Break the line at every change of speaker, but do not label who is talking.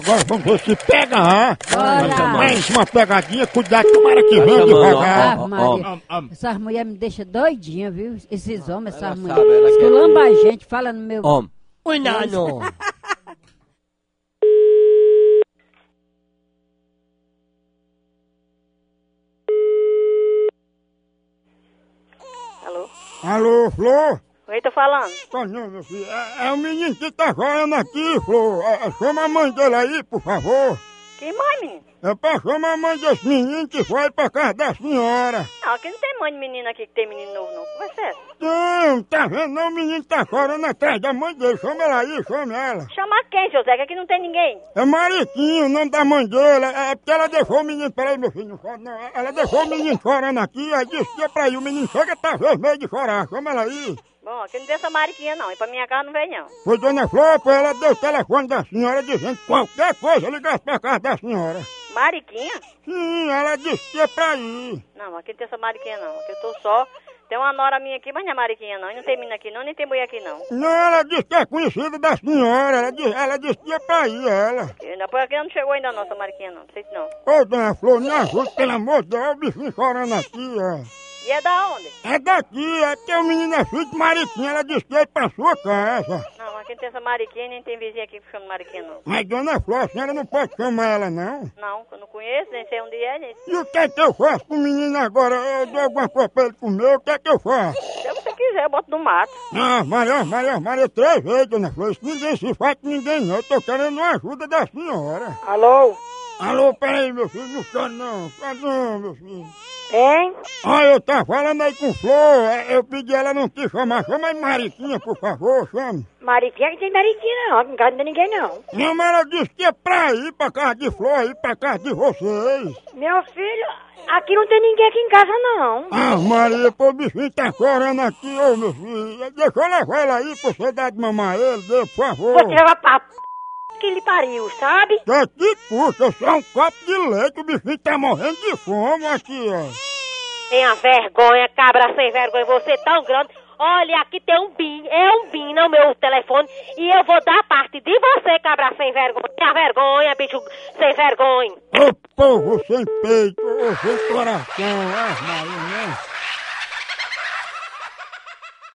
Agora vamos ver se pega A.
Bora!
Mais uma pegadinha, cuidado, tomara que venha
Ah,
devagar.
Maria,
Am, am.
essas mulheres me deixam doidinha, viu? Esses homens, essas
Ah, ela
mulheres.
sabe, ela quer-
Esculamba a gente, fala no meu.
Om. Oi, Nano.
Alô?
Alô, Flor?
Oi, tô falando.
Tá não, meu filho. É, é o menino que tá joiando aqui, Flor. É, é, chama a mãe dele aí, por favor.
Que mãe, menino?
É pra chamar a mãe desse menino que foi pra casa da senhora.
Não, aqui não tem mãe de menino aqui que tem menino novo, não. Conversa é essa?
Não, tá vendo? Não, o menino tá chorando atrás da mãe dele. Chama ela aí, chama ela.
Chamar quem, seu Zé? Que aqui não tem ninguém.
É Mariquinho, o nome da mãe dele. É, é porque ela deixou o menino. Peraí, meu filho, não chora não. É, Ela deixou o menino chorando aqui. Aí disse que ia pra aí. O menino chega, tá vermelho de chorar. Chama ela aí.
Bom, aqui não tem essa mariquinha, não. E pra minha casa não vem, não.
Foi Dona Flor, pô, ela deu o telefone da senhora dizendo que qualquer coisa ligasse pra casa da senhora.
Mariquinha?
Sim, ela disse que é pra ir.
Não, aqui não tem essa mariquinha, não. Aqui eu tô só. Tem uma nora minha aqui, mas não é mariquinha, não. E não tem menino aqui, não. Nem tem mulher aqui, não.
Não, ela disse que é conhecida da senhora. Ela disse, ela disse que é pra ir, ela.
E ainda por aqui não chegou ainda, não, essa mariquinha, não. Não sei se não.
Ô, Dona Flor, me ajuda, pelo amor de Deus. Olha o bichinho chorando aqui, ó.
E é da onde?
É daqui, é teu menino é filho de Mariquinha. Ela disse que é pra sua casa.
Não, aqui não tem essa mariquinha, nem tem vizinha aqui que chama mariquinha, não.
Mas, Dona Flor, a senhora não pode chamar ela, não.
Não, eu não conheço, nem sei onde é, nem.
E o que é que eu faço com o menino agora? Eu dou alguma coisa pra ele comer, o que é que eu faço?
Se você quiser, eu boto no mato.
Ah, Maria, Maria, Maria, três vezes, Dona Flor. Isso ninguém se faz com ninguém, não. Eu tô querendo uma ajuda da senhora.
Alô?
Alô, peraí, meu filho, não chora não, chora não, meu filho.
Hein?
Ah, eu tava falando aí com Flor, é, eu pedi ela não te chamar, chama aí Mariquinha, por favor, chama.
Mariquinha que tem mariquinha, não. Aqui em casa não tem ninguém, não.
Não, mas ela disse que é pra ir pra casa de Flor, ir pra casa de vocês.
Meu filho, aqui não tem ninguém aqui em casa, não.
Ah, Maria, pô, o bichinho tá chorando aqui, ô, meu filho. Deixa eu levar ela aí pra você dar de mamar ele, dê, por favor.
Você vai pra p... que ele pariu, sabe?
Que que custa? Só um copo de leite, o bichinho tá morrendo de fome aqui, ó.
Tenha vergonha, cabra sem vergonha, você é tão grande. Olha, aqui tem um BIM, é um BIM no meu telefone e eu vou dar parte de você, cabra sem vergonha. Tenha vergonha, bicho sem vergonha.
Ô povo sem peito, ô sem coração, ah, Maria, né?